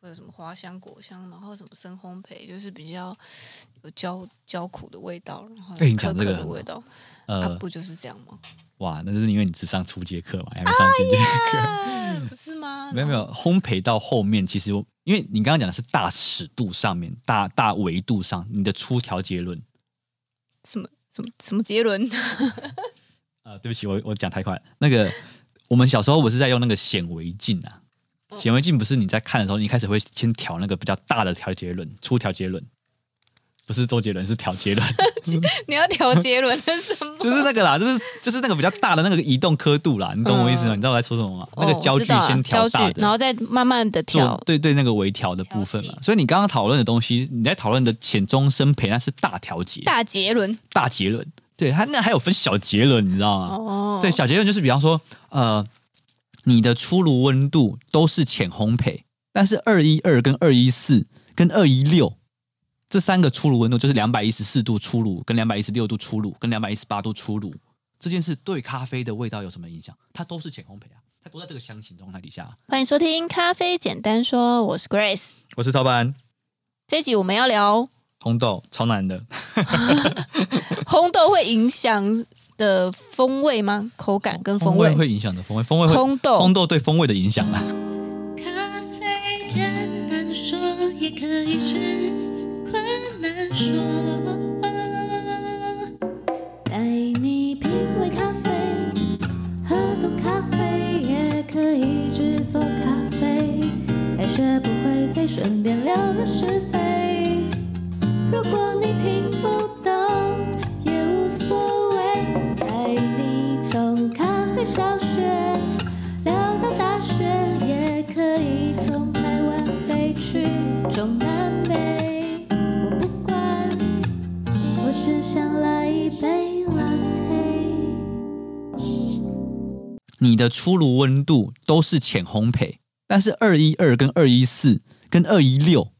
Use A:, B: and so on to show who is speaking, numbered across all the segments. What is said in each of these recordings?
A: 有什么花香、果香，然后什么深烘焙，就是比较有焦焦苦的味道，然后
B: 哎你
A: 可
B: 讲
A: 可
B: 这个
A: 的味道，啊，
B: 呃，
A: 不就是这样吗？
B: 哇，那是因为你只上初阶课嘛，还没上进阶课。
A: 啊，不是吗？
B: 没有没
A: 有，
B: 有，烘焙到后面，其实我因为你刚刚讲的是大尺度上面、大大维度上，你的出条结论。
A: 什么什么什么杰伦？
B: 啊，对不起，我我讲太快了。那个我们小时候我是在用那个显微镜啊，
A: 嗯
B: 显微镜不是你在看的时候，你一开始会先调那个比较大的调节轮，出调节轮，不是周杰伦，是调节 轮，
A: 你要 调杰伦的什么？
B: 就是那个啦，就是就是那个比较大的那个移动刻度啦，你懂我意思吗？
A: 嗯
B: 你知道我在说什么吗？那
A: 哦
B: 个
A: 我
B: 焦距
A: 知道了
B: 先调
A: 焦
B: 大
A: 距
B: 的，
A: 然后再慢慢的调
B: 做。对对那个微调的部分嘛
A: 调。细
B: 所以你刚刚讨论的东西，你在讨论的浅中深培，那是大调节、
A: 大杰伦
B: 大结论。对，它那还有分小结论，你知道吗？
A: 哦，
B: 对，小结论就是，比方说，呃，你的出炉温度都是浅烘焙，但是二一二跟二一四跟二一六这三个出炉温度，就是两百一十四度出炉跟两百一十六度出炉跟两百一十八度出炉这件事对咖啡的味道有什么影响？它都是浅烘焙啊，它都在这个香型状态底下啊。
A: 欢迎收听《咖啡简单说》，我是 Grace。
B: 我是老板，
A: 这一集我们要聊
B: 红豆超难的，
A: 烘豆会影响的风味吗？口感跟风味？
B: 会影响的，风味风味会
A: 烘豆
B: 烘豆对风味的影响啊。
C: 咖啡简单说也可以是困难说，带你品味咖啡，喝懂咖啡也可以制作咖啡，还学不会飞，顺便聊聊是非。如果你听不懂也无所谓，带你从咖啡小学聊到大学，也可以从台湾飞去中南美。我不管，我只想来一杯 latte。
B: 你的出炉温度都是浅烘焙，但是二一二跟二一四跟二一六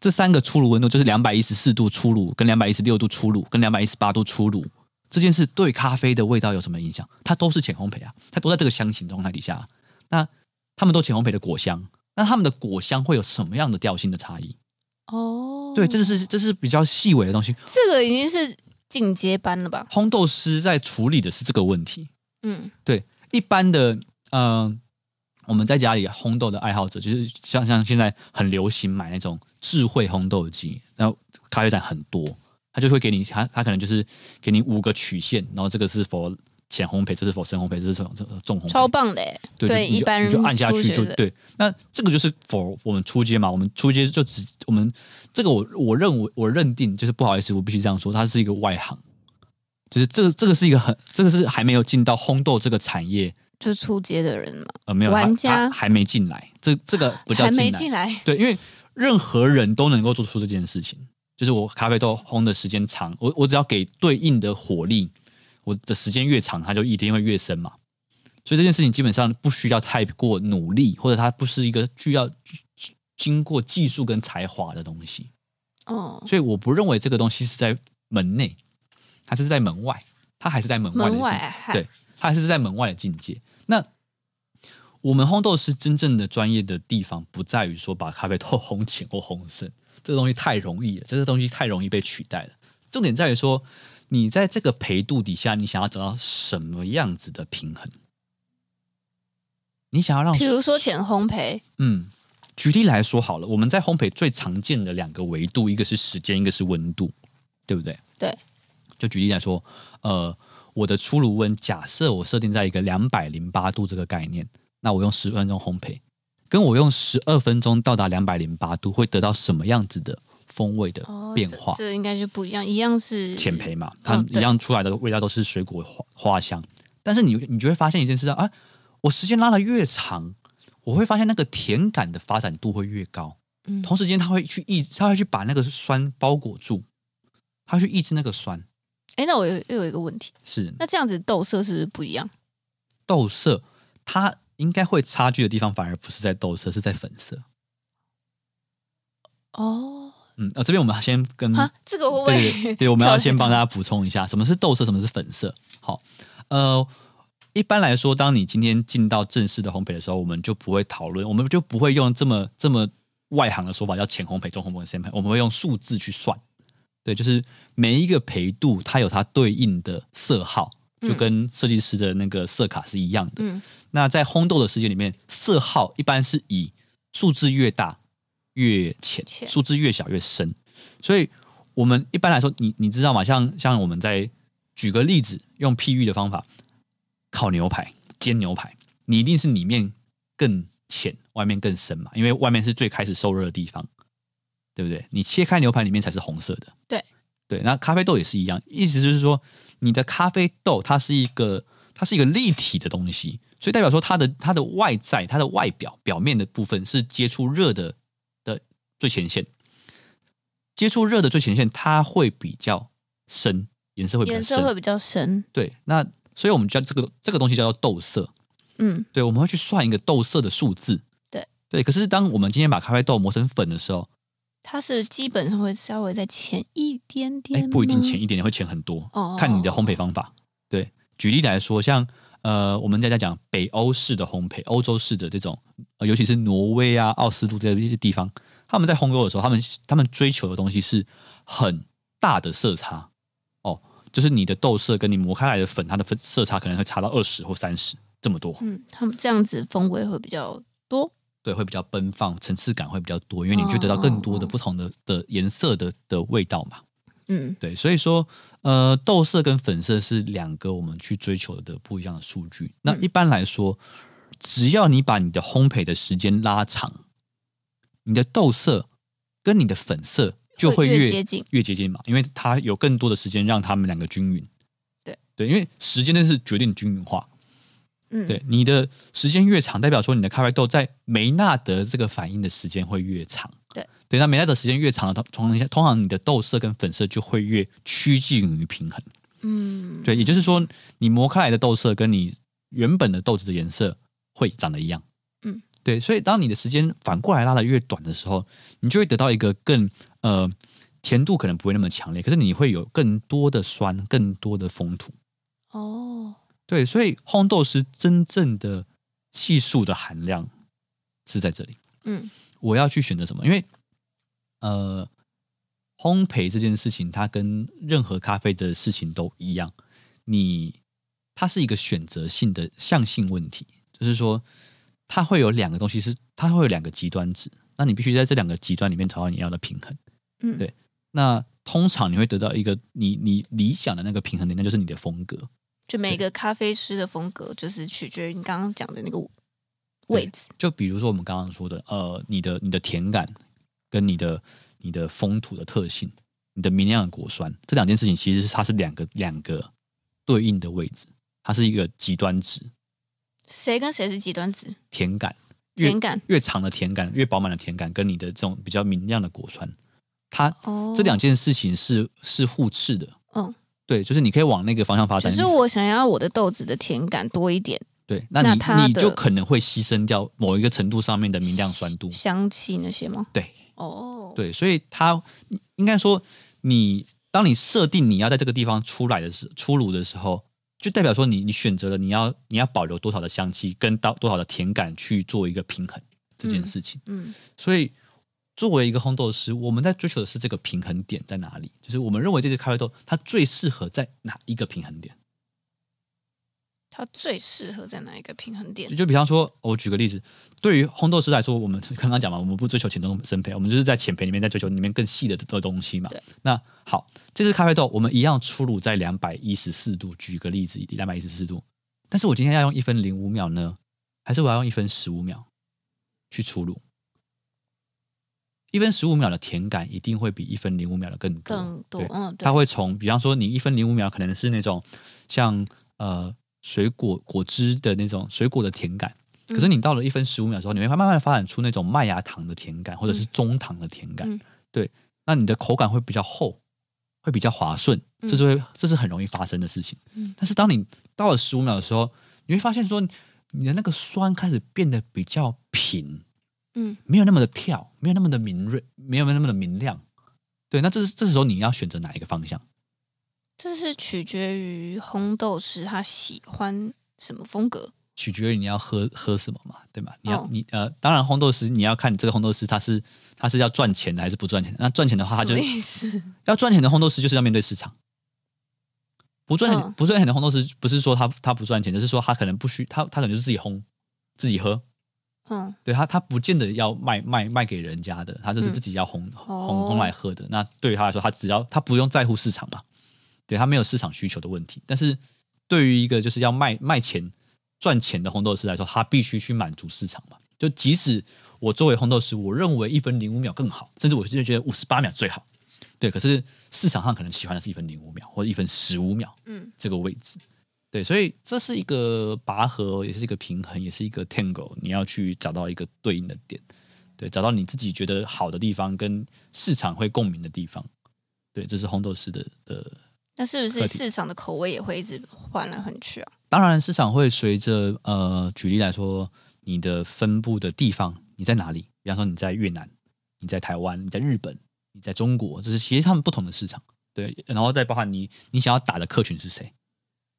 B: 这三个出炉温度，就是两百一十四度出炉跟两百一十六度出炉跟两百一十八度出炉这件事对咖啡的味道有什么影响？它都是浅烘焙啊，它都在这个香型状态底下啊、那它们都浅烘焙的果香，那它们的果香会有什么样的调性的差异？
A: 哦，
B: 对，这是这是比较细微的东西。
A: 这个已经是进阶班了吧？
B: 烘豆师在处理的是这个问题。
A: 嗯，
B: 对，一般的，嗯、我们在家里烘豆的爱好者，就是像像现在很流行买那种智慧烘豆机，然后咖啡展很多，他就会给你，他他可能就是给你五个曲线，然后这个是否浅烘焙，这是否深烘焙，这是否重烘焙，
A: 超棒的欸，
B: 对，就你
A: 一
B: 就
A: 般
B: 你就按下
A: 初
B: 去
A: 学
B: 就
A: 的
B: 对。那这个就是否我们出街嘛？我们出街就只我们这个我我认为我认定就是不好意思，我必须这样说，它是一个外行，就是这个这个是一个很这个是还没有进到烘豆这个产业，
A: 就初阶的人嘛，
B: 呃，没有它
A: 玩家
B: 它还没进来，这这个不叫
A: 还没
B: 进来，
A: 进来，
B: 对，因为任何人都能够做出这件事情，就是我咖啡豆烘的时间长，我我只要给对应的火力，我的时间越长，它就一定会越深嘛。所以这件事情基本上不需要太过努力，或者它不是一个需要经过技术跟才华的东西。
A: 哦，
B: 所以我不认为这个东西是在门内，它是在门外，它还是在门外的
A: 门
B: 境
A: 外啊汉
B: 对，它还是在门外的境界。那我们烘豆师真正的专业的地方，不在于说把咖啡豆烘浅或烘深，这个东西太容易了，这个东西太容易被取代了。重点在于说，你在这个培度底下，你想要找到什么样子的平衡？你想要让
A: 比如说浅烘焙，
B: 嗯，举例来说好了，我们在烘焙最常见的两个维度，一个是时间，一个是温度，对不对？
A: 对，
B: 就举例来说，呃，我的出炉温假设我设定在一个两百零八度这个概念，那我用十分钟烘焙，跟我用十二分钟到达两百零八度，会得到什么样子的风味的
A: 哦，
B: 呃变
A: 这
B: 化？
A: 这应该就不一样，一样是
B: 浅焙嘛，它
A: 嗯
B: 一
A: 对
B: 样出来的味道都是水果花花香。但是你你就会发现一件事啊，啊我时间拉的越长，我会发现那个甜感的发展度会越高。
A: 嗯
B: 同时间它会去抑，它会去把那个酸包裹住，它会去抑制那个酸。
A: 哎，那我有又有一个问题，
B: 是
A: 那这样子豆色是不是不一样？
B: 豆色，它应该会差距的地方反而不是在豆色，是在粉色。
A: 哦，
B: 嗯，啊，这边我们先跟
A: 哈，这个会不
B: 对
A: 会
B: 对对，我们要先 帮大
A: 家
B: 家补充一下，什么是豆色，什么是粉色。好，呃，一般来说，当你今天进到正式的烘焙的时候，我们就不会讨论，我们就不会用这么这么外行的说法叫浅烘焙、中烘焙、深烘焙，我们会用数字去算。对，就是每一个焙度它有它对应的色号，就跟设计师的那个色卡是一样的。
A: 嗯
B: 那在烘豆的世界里面，色号一般是以数字越大越浅，
A: 浅
B: 数字越小越深。所以我们一般来说，你你知道吗？像像我们在举个例子，用譬喻的方法，烤牛排、煎牛排，你一定是里面更浅，外面更深嘛，因为外面是最开始受热的地方，对不对？你切开牛排，里面才是红色的。
A: 对
B: 对，那咖啡豆也是一样，意思就是说，你的咖啡豆它是一个它是一个立体的东西，所以代表说它的它的外在、它的外表表面的部分是接触热的的最前线，接触热的最前线，它会比较深，颜色会比较
A: 颜色会
B: 深。
A: 比较深，
B: 对，那所以我们叫这个这个东西叫做豆色。
A: 嗯，
B: 对，我们会去算一个豆色的数字。
A: 对
B: 对，可是当我们今天把咖啡豆磨成粉的时候，
A: 它是基本上会稍微再浅一点
B: 哎
A: 点，，
B: 不一定浅，一点点，会浅很多，
A: 哦
B: 看你的烘焙方法。对，举例来说，像呃，我们在家讲北欧式的烘焙，欧洲式的这种，呃、尤其是挪威啊、奥斯陆这些地方，他们在烘豆的时候，他们他们追求的东西是很大的色差哦，就是你的豆色跟你磨开来的粉，它的分色差可能会差到二十或三十这么多。
A: 嗯，他们这样子风味会比较多，
B: 对，会比较奔放，层次感会比较多，因为你去得到更多的
A: 哦
B: 不同的的颜色的的味道嘛。
A: 嗯
B: 对，所以说，呃，豆色跟粉色是两个我们去追求的不一样的数据。那
A: 嗯
B: 一般来说，只要你把你的烘焙的时间拉长，你的豆色跟你的粉色就会
A: 会
B: 越
A: 越接近，
B: 越接近嘛，因为它有更多的时间让它们两个均匀。
A: 对
B: 对，因为时间真的是决定均匀化。
A: 嗯，
B: 对，你的时间越长，代表说你的咖啡豆在梅纳德这个反应的时间会越长。
A: 对
B: 对，那梅纳德时间越长，它通常通常你的豆色跟粉色就会越趋近于平衡。
A: 嗯，
B: 对，也就是说，你磨开来的豆色跟你原本的豆子的颜色会长得一样。
A: 嗯，
B: 对，所以当你的时间反过来拉的越短的时候，你就会得到一个更呃甜度可能不会那么强烈，可是你会有更多的酸，更多的风土。
A: 哦，
B: 对，所以烘豆师真正的技术的含量是在这里。
A: 嗯
B: 我要去选择什么？因为呃，烘焙这件事情，它跟任何咖啡的事情都一样，你它是一个选择性的向性问题，就是说它会有两个东西是它会有两个极端值，那你必须在这两个极端里面找到你要的平衡。
A: 嗯，
B: 对那通常你会得到一个你你理想的那个平衡点，那就是你的风格。
A: 就每个咖啡师的风格就是取决于你刚刚讲的那个位置，
B: 就比如说我们刚刚说的，呃，你的你的甜感跟你的你的风土的特性，你的明亮的果酸，这两件事情其实是它是两个两个对应的位置，它是一个极端值。
A: 谁跟谁是极端值，
B: 甜感，越
A: 甜感
B: 越长的甜感，越饱满的甜感，跟你的这种比较明亮的果酸，它、
A: 哦，
B: 这两件事情是是互斥的。
A: 嗯，
B: 对，就是你可以往那个方向发
A: 只
B: 展。
A: 是我想要我的豆子的甜感多一点，
B: 对，那
A: 那
B: 你
A: 它
B: 你
A: 的
B: 就可能会牺牲掉某一个程度上面的明亮酸度。
A: 香气那些吗？
B: 对，
A: 哦，，
B: 对，所以它应该说你，当你设定你要在这个地方出来的时出炉的时候，就代表说你你选择了你要你要保留多少的香气跟到多少的甜感去做一个平衡这件事情。
A: 嗯
B: 所以作为一个烘豆师，我们在追求的是这个平衡点在哪里？就是我们认为这只咖啡豆它最适合在哪一个平衡点？
A: 它最适合在哪一个平衡点
B: 就？就比方说，我举个例子，对于烘豆师来说，我们 刚刚讲嘛，我们不追求浅中深焙，我们就是在浅焙里面再追求里面更细的的东西嘛
A: 对。
B: 那好，这支咖啡豆我们一样出炉在两百一十四度，举个例子，两百一十四度。但是我今天要用一分零五秒呢，还是我要用一分十五秒去出炉？一分十五秒的甜感一定会比一分零五秒的更多，
A: 更多
B: 对
A: 嗯对
B: 它会从，比方说你一分零五秒可能是那种像呃水果果汁的那种水果的甜感，可是
A: 嗯
B: 你到了一分十五秒之后，你会慢慢的发展出那种麦芽糖的甜感，或者是中糖的甜感，
A: 嗯
B: 对，那你的口感会比较厚，会比较滑顺，这是会、这是很容易发生的事情。
A: 嗯
B: 但是当你到了十五秒的时候，你会发现说你的那个酸开始变得比较平，
A: 嗯，
B: 没有那么的跳，没有那么的敏锐，没有那么的明亮。对，那这是这时候你要选择哪一个方向？
A: 这是取决于烘豆师他喜欢什么风格，
B: 取决于你要喝喝什么嘛，对吧？你要、
A: 哦
B: 你呃，当然烘豆师你要看你这个烘豆师他是他是要赚钱的还是不赚钱的。那赚钱的话，他
A: 什
B: 就
A: 么意思？
B: 要赚钱的烘豆师就是要面对市场。不赚钱、
A: 嗯
B: 不赚钱的烘豆师不是说他他不赚钱，就是说他可能不需他他可能就是自己烘自己喝，
A: 嗯，
B: 对他他不见得要卖卖卖给人家的，他就是
A: 嗯
B: 自己要烘、
A: 哦
B: 烘烘来喝的。那对于他来说，他只要他不用在乎市场嘛，对他没有市场需求的问题。但是对于一个就是要卖卖钱赚钱的烘豆师来说，他必须去满足市场嘛。就即使我作为烘豆师，我认为一分零五秒更好，甚至我现在觉得五十八秒最好，对。可是市场上可能喜欢的是一分零五秒或者一分十五秒，
A: 嗯，
B: 这个位置。对，所以这是一个拔河，也是一个平衡，也是一个 tango，你要去找到一个对应的点，对，找到你自己觉得好的地方，跟市场会共鸣的地方。对，这是烘豆师的的。
A: 那是不是
B: 客体
A: 市场的口味也会一直换来换去啊？
B: 当然，市场会随着呃，举例来说，你的分布的地方，你在哪里？比方说你在越南，你在台湾，你在日本，你在中国，这是其实他们不同的市场。对，然后再包含你你想要打的客群是谁？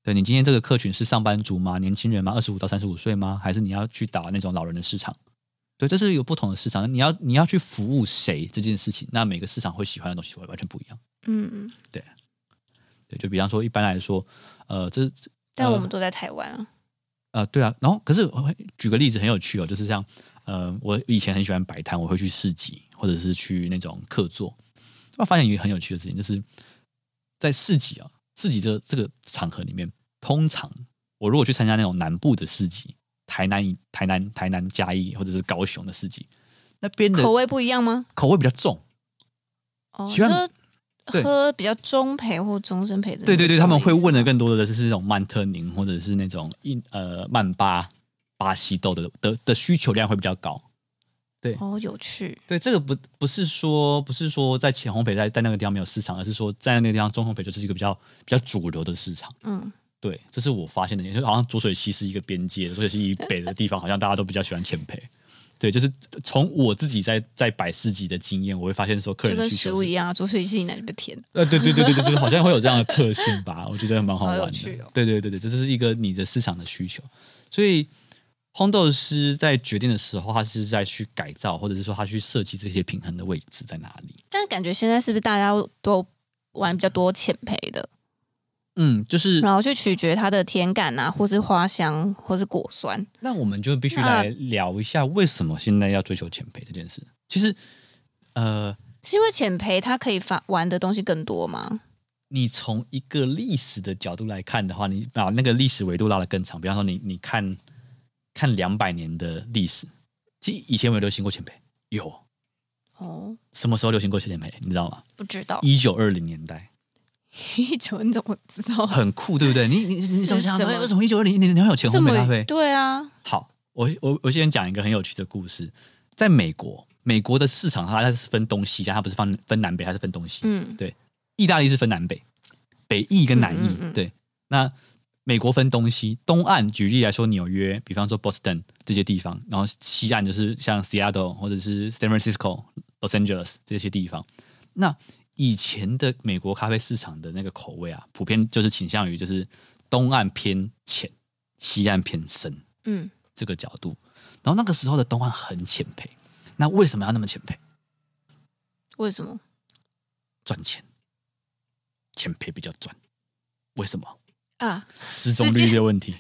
B: 对你今天这个客群是上班族吗？年轻人吗？二十五到三十五岁吗？还是你要去打那种老人的市场？对，这是有不同的市场，你要你要去服务谁这件事情，那每个市场会喜欢的东西会完全不一样。
A: 嗯，
B: 对，就比方说一般来说，呃，这这
A: 但
B: 呃
A: 我们都在台湾啊。
B: 呃，对啊，然后可是我会举个例子很有趣哦，就是像呃，我以前很喜欢摆摊，我会去市集或者是去那种客座，我发现一个很有趣的事情，就是在市集啊，市集的这个场合里面，通常我如果去参加那种南部的市集，台南以、台南、台南嘉义或者是高雄的市集，那边的
A: 口味不一样吗？
B: 口味比较重，
A: 哦，
B: 喜欢
A: 就
B: 对
A: 喝比较中培或中生培的那
B: 对
A: 种意思吗。
B: 对对，他们会问的更多的是那种曼特宁或者是那种印呃曼巴巴西豆的的的需求量会比较高。
A: 哦，有趣。
B: 对，这个不不是说不是说在浅烘焙在在那个地方没有市场，而是说在那个地方中烘焙就是一个比较比较主流的市场。
A: 嗯，
B: 对，这是我发现的，也就是好像浊水溪是一个边界，浊水溪以北的地方，好像大家都比较喜欢浅焙。对，就是从我自己在在百事集的经验，我会发现说
A: 就
B: 客人
A: 跟
B: 需
A: 食
B: 求
A: 物
B: 是
A: 一样啊，左水溪奶就不甜。
B: 呃，对对对对对，就是好像会有这样的特性吧，我觉得蛮好玩
A: 好
B: 的。
A: 有趣哦
B: 对对对对，这是一个你的市场的需求，所以烘豆师在决定的时候，他是在去改造，或者是说他去设计这些平衡的位置在哪里。
A: 但感觉现在是不是大家都玩比较多浅培的，
B: 嗯，就是
A: 然后去取决它的甜感啊，或是花香，或是果酸。
B: 那我们就必须
A: 那
B: 来聊一下为什么现在要追求前辈这件事。其实，呃，
A: 是因为浅培它可以发玩的东西更多吗？
B: 你从一个历史的角度来看的话，你把那个历史维度拉得更长，比方说你你看看两百年的历史，其实以前有没有流行过前辈？有，
A: 哦，
B: 什么时候流行过前辈？你知道吗？
A: 不知道。
B: 一九二零年代，
A: 一九你怎么知道？
B: 很酷，对不对？你你你
A: 是
B: 想想，
A: 什么
B: 哎为什么一九二零年你会有前烘焙咖啡？
A: 对啊，
B: 好，我我我先讲一个很有趣的故事，在美国，美国的市场它它是分东西，它不是分分南北，它是分东西。
A: 嗯
B: 对，意大利是分南北，北意跟南意。
A: 嗯嗯嗯
B: 对，那美国分东西，东岸举例来说，纽约，比方说 Boston 这些地方，然后西岸就是像 Seattle 或者是 San Francisco、Los Angeles 这些地方。那以前的美国咖啡市场的那个口味啊，普遍就是倾向于就是东岸偏浅，西岸偏深。
A: 嗯，
B: 这个角度。然后那个时候的东岸很浅焙，那为什么要那么浅焙？
A: 为什么？
B: 赚钱，浅焙比较赚。为什么？
A: 啊，
B: 失踪
A: 直
B: 率
A: 接
B: 的问题，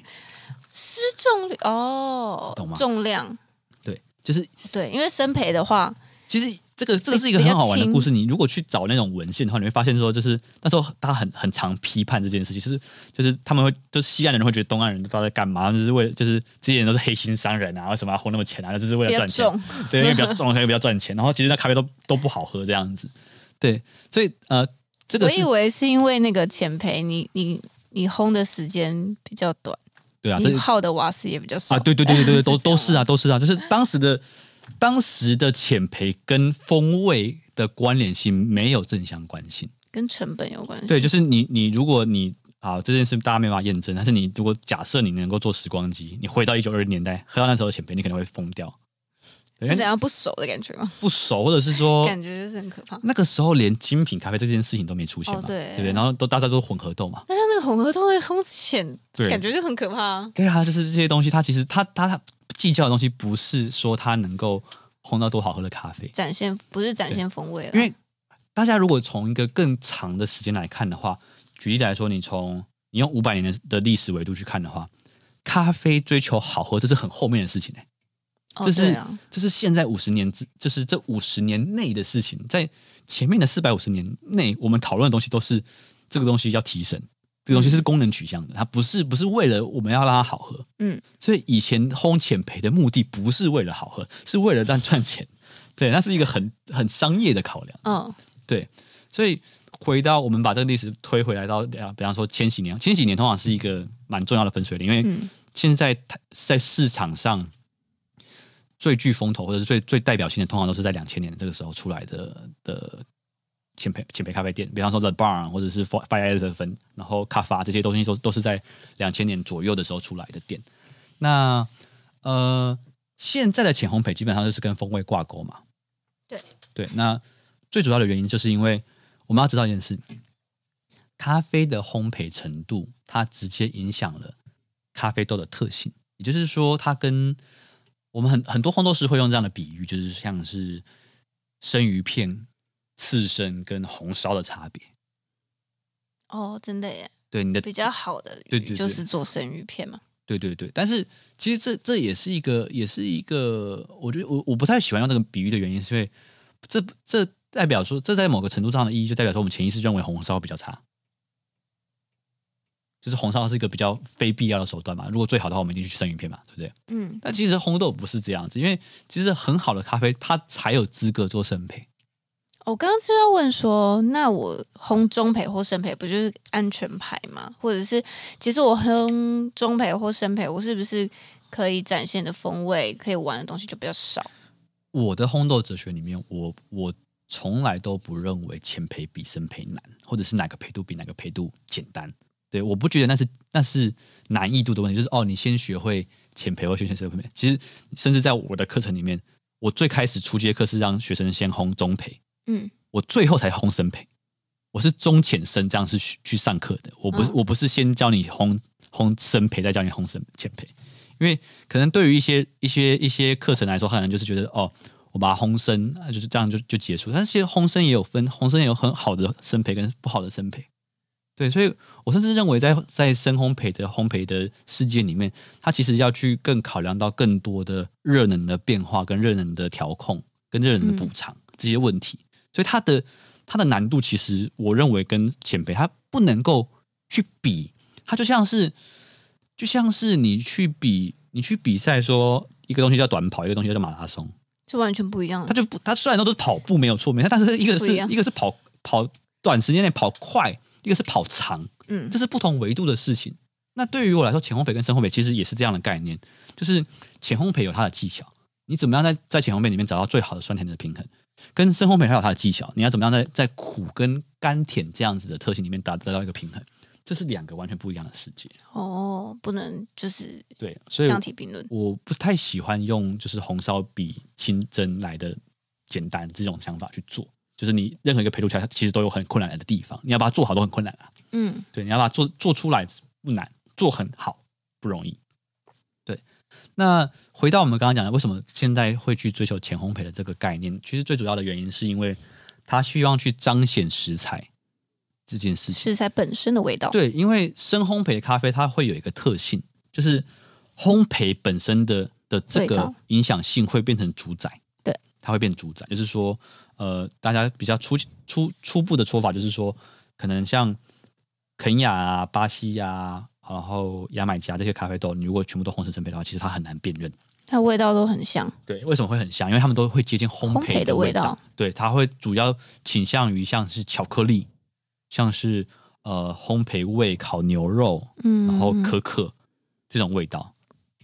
A: 失重率哦，
B: 懂吗
A: 重量
B: 对，就是
A: 对，因为生培的话，
B: 其实这个这个
A: 比
B: 是一个很好玩
A: 比较
B: 的
A: 轻
B: 故事。你如果去找那种文献的话，你会发现说，就是那时候大家很很常批判这件事情，就是就是他们会就是西岸人会觉得东岸人不知道在干嘛，就是为了就是这些人都是黑心商人啊，为什么要花那么钱啊？就是为了
A: 比较
B: 赚钱。
A: 重，
B: 对，因为比较重，可以比较赚钱。然后其实那咖啡都都不好喝这样子。对，所以呃，这个
A: 我
B: 是
A: 以为是因为那个浅培，你你你烘的时间比较短，
B: 对啊，这
A: 你耗的瓦斯也比较少
B: 啊，对对对对对，都
A: 是这样
B: 都是啊，都是啊，就是当时的当时的浅培跟风味的关联性没有正相关性。
A: 跟成本有关系。
B: 对，就是你你如果你啊这件事大家没办法验证，但是你如果假设你能够做时光机，你回到一九二零年代，喝到那时候的浅培，你可能会疯掉。哎
A: 是怎样不熟的感觉吗？
B: 不熟，或者是说
A: 感觉就是很可怕。
B: 那个时候连精品咖啡这件事情都没出现嘛，
A: 哦对
B: 对不对？然后都大家都混合豆嘛，
A: 但像那个混合通的空浅，
B: 对
A: 感觉就很可怕啊。
B: 对啊，就是这些东西，它其实它它它计较的东西不是说它能够烘到多好喝的咖啡，
A: 展现不是展现风味了，
B: 因为大家如果从一个更长的时间来看的话，举例来说，你从你用五百年的的历史维度去看的话，咖啡追求好喝这是很后面的事情、欸
A: 哦
B: 这是、
A: 对啊，
B: 这是现在五十年之，就是这五十年内的事情，在前面的四百五十年内，我们讨论的东西都是这个东西要提升，这个东西是功能取向的，它不是不是为了我们要让它好喝，
A: 嗯，
B: 所以以前烘浅焙的目的不是为了好喝，是为了让赚钱，对，那是一个很很商业的考量，
A: 嗯，
B: 对，所以回到我们把这个历史推回来到，呃比方说千禧年，千禧年通常是一个蛮重要的分水岭，因为
A: 嗯
B: 现在它在市场上最具风头或者是最最代表性的，通常都是在两千年这个时候出来的的浅焙浅焙咖啡店，比方说 The Barn 或者是 Five Elephant，然后卡法这些东西都都是在两千年左右的时候出来的店。那呃，现在的浅烘焙基本上就是跟风味挂钩嘛，对，那最主要的原因就是因为我们要知道一件事：咖啡的烘焙程度，它直接影响了咖啡豆的特性。也就是说，它跟我们很很多烘豆师会用这样的比喻，就是像是生鱼片、刺身跟红烧的差别。
A: 哦，真的耶，
B: 对你的
A: 比较好的
B: 对
A: 鱼
B: 对
A: 就
B: 对
A: 是做生鱼片嘛，
B: 对对对，但是其实这这也是一个，也是一个，我觉得我我不太喜欢用这个比喻的原因，是因为这这代表说，这在某个程度上的意义，就代表说我们潜意识认为红烧比较差，就是红烧是一个比较非必要的手段嘛。如果最好的话，我们一定去生鱼片嘛，对不对？
A: 嗯，
B: 但其实红豆不是这样子，因为其实很好的咖啡，它才有资格做生焙。
A: 我哦刚刚就要问说，那我烘中培或生培不就是安全牌吗？或者是，其实我烘中培或生培，我是不是可以展现的风味，可以玩的东西就比较少？
B: 我的烘豆哲学里面，我我从来都不认为前培比生培难，或者是哪个培度比哪个培度简单。对，我不觉得那是那是难易度的问题，就是哦，你先学会前培或先学生培。其实，甚至在我的课程里面，我最开始初阶课是让学生先烘中培，
A: 嗯，
B: 我最后才烘生培。我是中浅生这样是去去上课的，我不是、
A: 嗯
B: 我不是先教你烘烘生培，再教你烘生浅培。因为可能对于一些一些一些课程来说，可能就是觉得哦，我把它烘生，啊就是这样就就结束。但是其实烘生也有分，烘生也有很好的生培跟不好的生培。对，所以我甚至认为在，在深烘焙的烘焙的世界里面，它其实要去更考量到更多的热能的变化、跟热能的调控、跟热能的补偿、这些问题。所以它的它的难度，其实我认为跟前辈它不能够去比，它就像是就像是你去比你去比赛说一个东西叫短跑，一个东西叫马拉松，
A: 就完全不一样
B: 它。就不它虽然都是跑步没有错没错，但是一个
A: 不
B: 是
A: 一样
B: 一个是跑跑短时间内跑快，一个是跑长，
A: 嗯
B: 这是不同维度的事情。那对于我来说，浅烘焙跟深烘焙其实也是这样的概念，就是浅烘焙有它的技巧，你怎么样在在浅烘焙里面找到最好的酸甜的平衡，跟深烘焙它有它的技巧，你要怎么样在在苦跟甘甜这样子的特性里面达得到一个平衡，这是两个完全不一样的世界。
A: 哦，不能就是
B: 对，所以
A: 相提并论。嗯
B: 我不太喜欢用就是红烧比清蒸来的简单这种想法去做，就是你任何一个陪读起来，它其实都有很困难的地方，你要把它做好都很困难啊。
A: 嗯，
B: 对，你要把它做做出来不难，做很好不容易。对，那回到我们刚刚讲的，为什么现在会去追求前烘焙的这个概念？其实最主要的原因是因为它希望去彰显食材这件事情。
A: 食材本身的味道。
B: 对，因为深烘焙的咖啡它会有一个特性，就是烘焙本身的的这
A: 味
B: 个
A: 道
B: 影响性会变成主宰。
A: 对，
B: 它会变主宰，就是说，呃，大家比较初初初步的说法就是说，可能像肯亚啊、巴西啊，然后牙买加这些咖啡豆，你如果全部都烘成生焙的话，其实它很难辨认。
A: 它味道都很像。
B: 对，为什么会很像？因为他们都会接近烘
A: 烘焙
B: 的
A: 的味道
B: 对，它会主要倾向于像是巧克力，像是呃烘焙味烤牛肉，
A: 嗯，
B: 然后可可这种味道。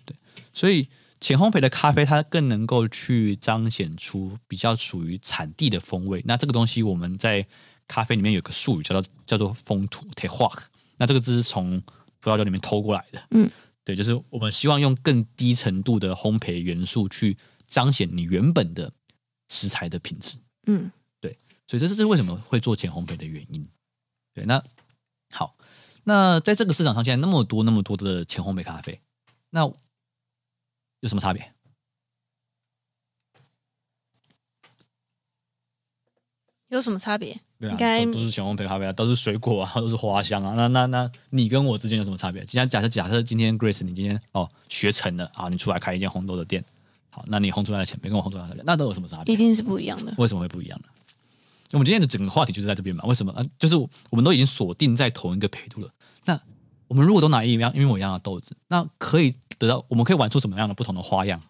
B: 对，所以浅烘焙的咖啡它更能够去彰显出比较属于产地的风味。那这个东西我们在咖啡里面有个术语叫做叫做风土 t e h u a 那这个字是从葡萄酒里面偷过来的。
A: 嗯，
B: 对，就是我们希望用更低程度的烘焙元素去彰显你原本的食材的品质。
A: 嗯，
B: 所以这是为什么会做浅烘焙的原因。对，那好，那在这个市场上现在那么多那么多的浅烘焙咖啡，那有什么差别？
A: 有什么差别？
B: 对啊，
A: 应该
B: 都都是浅烘焙咖啡啊，都是水果啊，都是花香啊。那那那你跟我之间有什么差别？今天假设假设今天 Grace 你今天哦学成了啊，你出来开一间烘豆的店，好，那你烘出来的浅焙跟我烘出来的咖啡，那都有什么差别
A: 一？定是不一样 的。
B: 为什么会不一样呢？我们今天的整个话题就是在这边嘛。为什么？啊，就是我们都已经锁定在同一个培度了。那我们如果都拿一样一模一样的豆子，那可以得到，我们可以玩出什么样的不同的花样？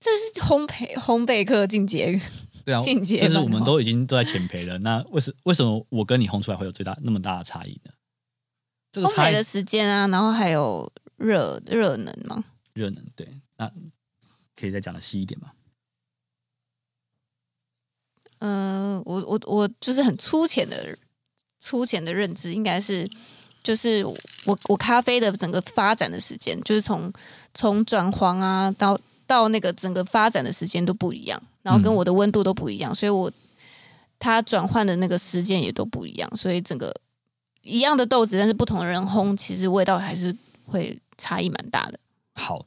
A: 这是烘焙烘焙课境界。
B: 对啊，
A: 进阶
B: 就是
A: 版
B: 我们
A: 哦
B: 都已经都在浅培了。那为什为什么我跟你烘出来会有最大那么大的差异呢？这 个
A: 烘
B: 差
A: 焙
B: 异
A: 的时间啊，然后还有热热能嘛，
B: 热能对，那可以再讲的细一点嘛？
A: 嗯、我我我就是很粗浅的粗浅的认知，应该是就是我我咖啡的整个发展的时间，就是从从转黄啊到到那个整个发展的时间都不一样，然后跟
B: 嗯
A: 我的温度都不一样，所以我它转换的那个时间也都不一样，所以整个一样的豆子，但是不同的人烘，其实味道还是会差异蛮大的。
B: 好，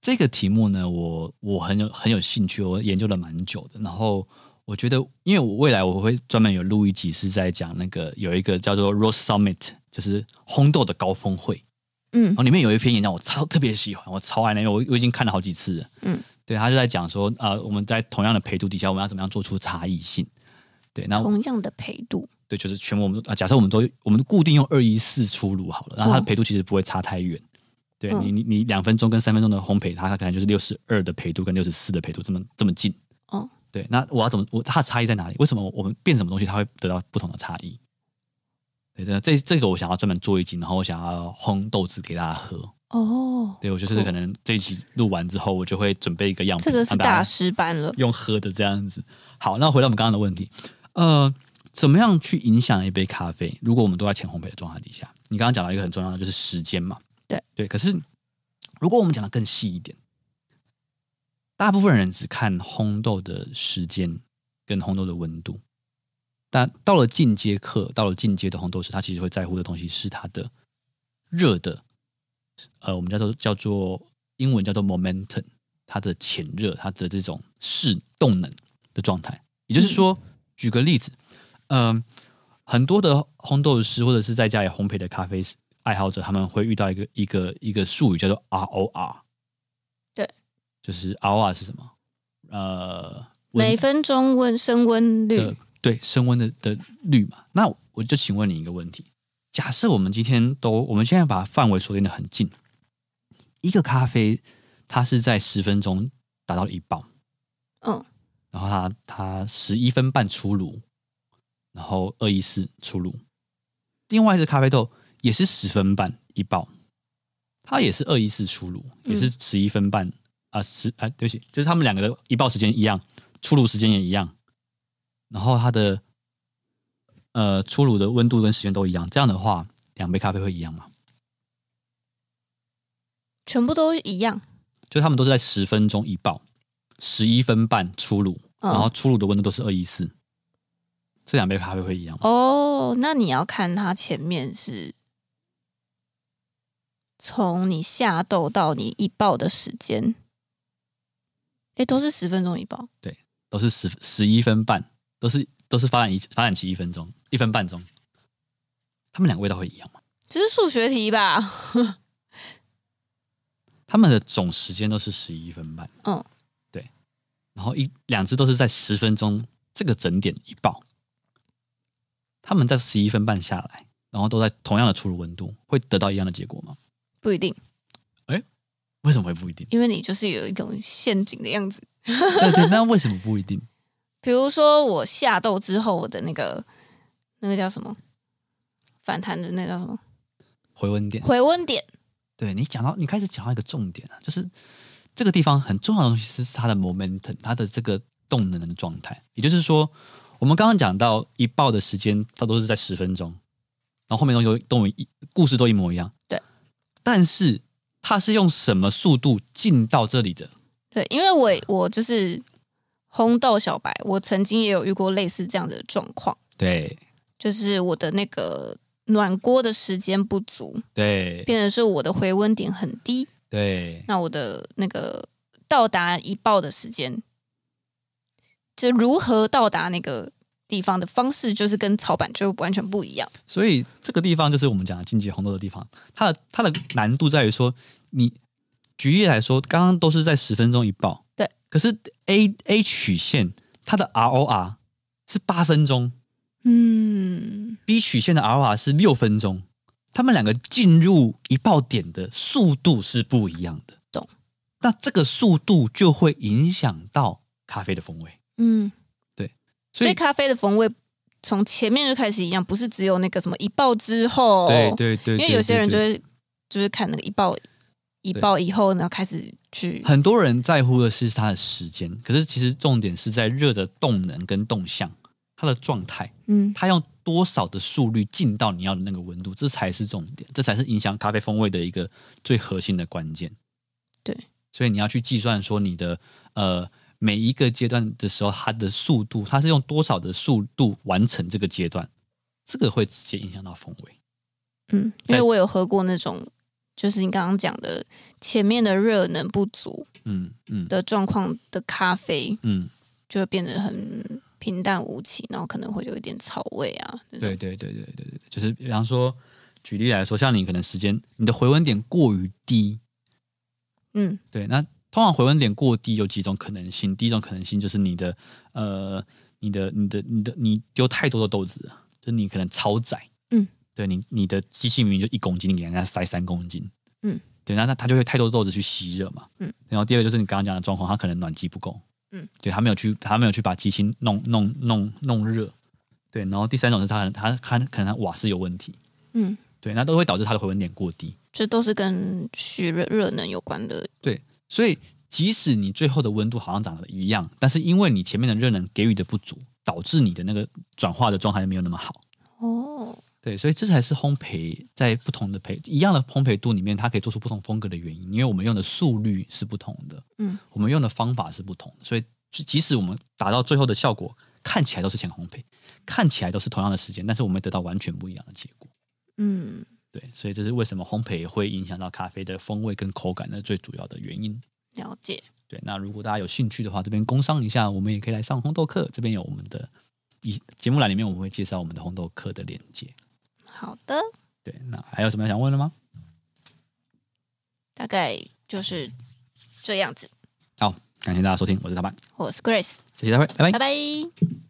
B: 这个题目呢，我我很有很有兴趣，我研究了蛮久的。然后我觉得，因为我未来我会专门有录一集是在讲那个有一个叫做 Rose Summit，就是烘豆的高峰会。
A: 嗯
B: 然后里面有一篇演讲，我超特别喜欢，我超爱那个，我我已经看了好几次了。
A: 嗯，
B: 对他就在讲说，呃，我们在同样的陪读底下，我们要怎么样做出差异性。对，那
A: 同样的陪度，
B: 对，就是全部我们都啊，假设我们都我们固定用二一四出炉好了，然后它的
A: 嗯
B: 陪度其实不会差太远。对
A: 嗯
B: 你你你两分钟跟三分钟的烘焙，它可能就是六十二的陪度跟六十四的陪度这么这么近。
A: 哦，
B: 对，那我要怎么我它的差异在哪里？为什么我们变什么东西它会得到不同的差异？对，真的这这个我想要专门做一集，然后我想要烘豆子给大家喝。
A: 哦，
B: 对我就是
A: 酷
B: 可能这一集录完之后，我就会准备一个样品，
A: 这个是
B: 让大家
A: 大师班了。
B: 用喝的这样子。好，那回到我们刚刚的问题，呃，怎么样去影响一杯咖啡？如果我们都在浅烘焙的状态底下，你刚刚讲到一个很重要的就是时间嘛，
A: 对
B: 对。可是如果我们讲的更细一点，大部分人只看烘豆的时间跟烘豆的温度，但到了进阶课，到了进阶的烘豆师，他其实会在乎的东西是它的热的，呃，我们叫做叫做英文叫做 momentum。它的潜热，它的这种势动能的状态。也就是说，举个例子，嗯、很多的烘豆师或者是在家里烘焙的咖啡师爱好者，他们会遇到一个一个一个术语叫做 ROR。
A: 对，
B: 就是 ROR 是什么？呃，温
A: 每分钟温升温
B: 的
A: 率，
B: 对升温的的率嘛。那我就请问你一个问题：假设我们今天都，我们现在把范围锁定的很近，一个咖啡它是在十分钟达到了一磅，
A: 嗯，
B: 然后它它十一分半出炉，然后二一四出炉。另外一只咖啡豆也是十分半一磅，它也是二一四出炉，也是十一分半啊十啊，对不起，就是他们两个的一爆时间一样，出炉时间也一样，然后它的呃出炉的温度跟时间都一样。这样的话，两杯咖啡会一样吗？
A: 全部都一样。
B: 就他们都是在十分钟一爆，十一分半出炉，
A: 嗯
B: 然后出炉的温度都是二一四，这两杯咖啡会一样吗？
A: 哦，那你要看它前面是从你下豆到你一爆的时间，诶，都是十分钟一爆。
B: 都是十十一分半，都是都是发展一发展期一分钟，一分半钟，他们两个味道会一样吗？
A: 这是数学题吧？
B: 他们的总时间都是十一分半，
A: 嗯，
B: 然后一两只都是在十分钟这个整点一爆，他们在十一分半下来，然后都在同样的出炉温度，会得到一样的结果吗？
A: 不一定，？
B: 为什么会不一定
A: 因为你就是有一种陷阱的样子。
B: 对对，那为什么不一定？
A: 比如说我下豆之后，我的那个那个叫什么反弹的那个叫什么
B: 回温点，
A: 回温点，
B: 对你讲到你开始讲到一个重点啊，就是这个地方很重要的东西是它的 momentum，它的这个动能的状态。也就是说，我们刚刚讲到一爆的时间，它都是在十分钟，然后后面都有都有一故事都一模一样。
A: 对，
B: 但是它是用什么速度进到这里的？
A: 对，因为我我就是烘豆小白，我曾经也有遇过类似这样的状况，
B: 对
A: 就是我的那个暖锅的时间不足，
B: 对
A: 变成是我的回温点很低，
B: 对，
A: 那我的那个到达一爆的时间，就如何到达那个地方的方式，就是跟草板就完全不一样。
B: 所以这个地方就是我们讲的晋级红豆的地方，它的它的难度在于说，你举例来说，刚刚都是在十分钟一爆，
A: 对，
B: 可是 A A 曲线它的 ROR 是八分钟
A: 嗯，
B: ，B 曲线的 ROR 是六分钟，他们两个进入一爆点的速度是不一样的，
A: 懂？
B: 那这个速度就会影响到咖啡的风味，
A: 嗯，
B: 对所
A: 所
B: 以
A: 以咖啡的风味从前面就开始一样，不是只有那个什么一爆之后，
B: 对对对，
A: 因
B: 对
A: 为有些人
B: 对
A: 就
B: 对
A: 会就是看那个一爆一爆以后，然后开始去
B: 很多人在乎的是它的时间，可是其实重点是在热的动能跟动向，它的状态，
A: 嗯
B: 它用多少的速率进到你要的那个温度，这才是重点，这才是影响咖啡风味的一个最核心的关键。
A: 对，
B: 所以你要去计算说你的呃每一个阶段的时候，它的速度，它是用多少的速度完成这个阶段，这个会直接影响到风味。
A: 嗯，因
B: 在
A: 为我有喝过那种。就是你刚刚讲的，前面的热能不足
B: 嗯嗯
A: 的状况的咖啡，
B: 嗯，
A: 就会变得很平淡无奇，然后可能会有一点草味啊。那种
B: 对对对对对对对，就是比方说，举例来说，像你可能时间你的回温点过于低，
A: 嗯
B: 对，那通常回温点过低有几种可能性，第一种可能性就是你的呃你的你的你的你丢太多的豆子了，就你可能超载，
A: 嗯，
B: 对你你的机器明明就一公斤，你给人家塞三公斤，
A: 嗯，
B: 对，那那它就会太多豆子去吸热嘛，
A: 嗯，
B: 然后第二个就是你刚刚讲的状况，它可能暖机不够，
A: 嗯，
B: 对，它没有去它没有去把机芯弄弄弄弄热。对，然后第三种是它它它可能它瓦斯有问题，
A: 嗯，
B: 对，那都会导致它的回温点过低。
A: 这都是跟蓄热热能有关的。
B: 对，所以即使你最后的温度好像长得一样，但是因为你前面的热能给予的不足，导致你的那个转化的状态没有那么好。
A: 哦，
B: 对，所以这才是烘焙在不同的焙一样的烘焙度里面，它可以做出不同风格的原因，因为我们用的速率是不同的，
A: 嗯，
B: 我们用的方法是不同的，所以就即使我们达到最后的效果看起来都是前烘焙，看起来都是同样的时间，但是我们得到完全不一样的结果。
A: 嗯，
B: 对，所以这是为什么烘焙会影响到咖啡的风味跟口感的最主要的原因。
A: 了解。
B: 对，那如果大家有兴趣的话，这边工商一下，我们也可以来上烘豆课。这边有我们的以节目栏里面，我们会介绍我们的烘豆课的链接。
A: 好的，
B: 对，那还有什么想问的吗？
A: 大概就是这样子。
B: 好，感谢大家收听，我是大班，
A: 我是 Grace，
B: 谢谢大家，拜拜
A: 拜。拜。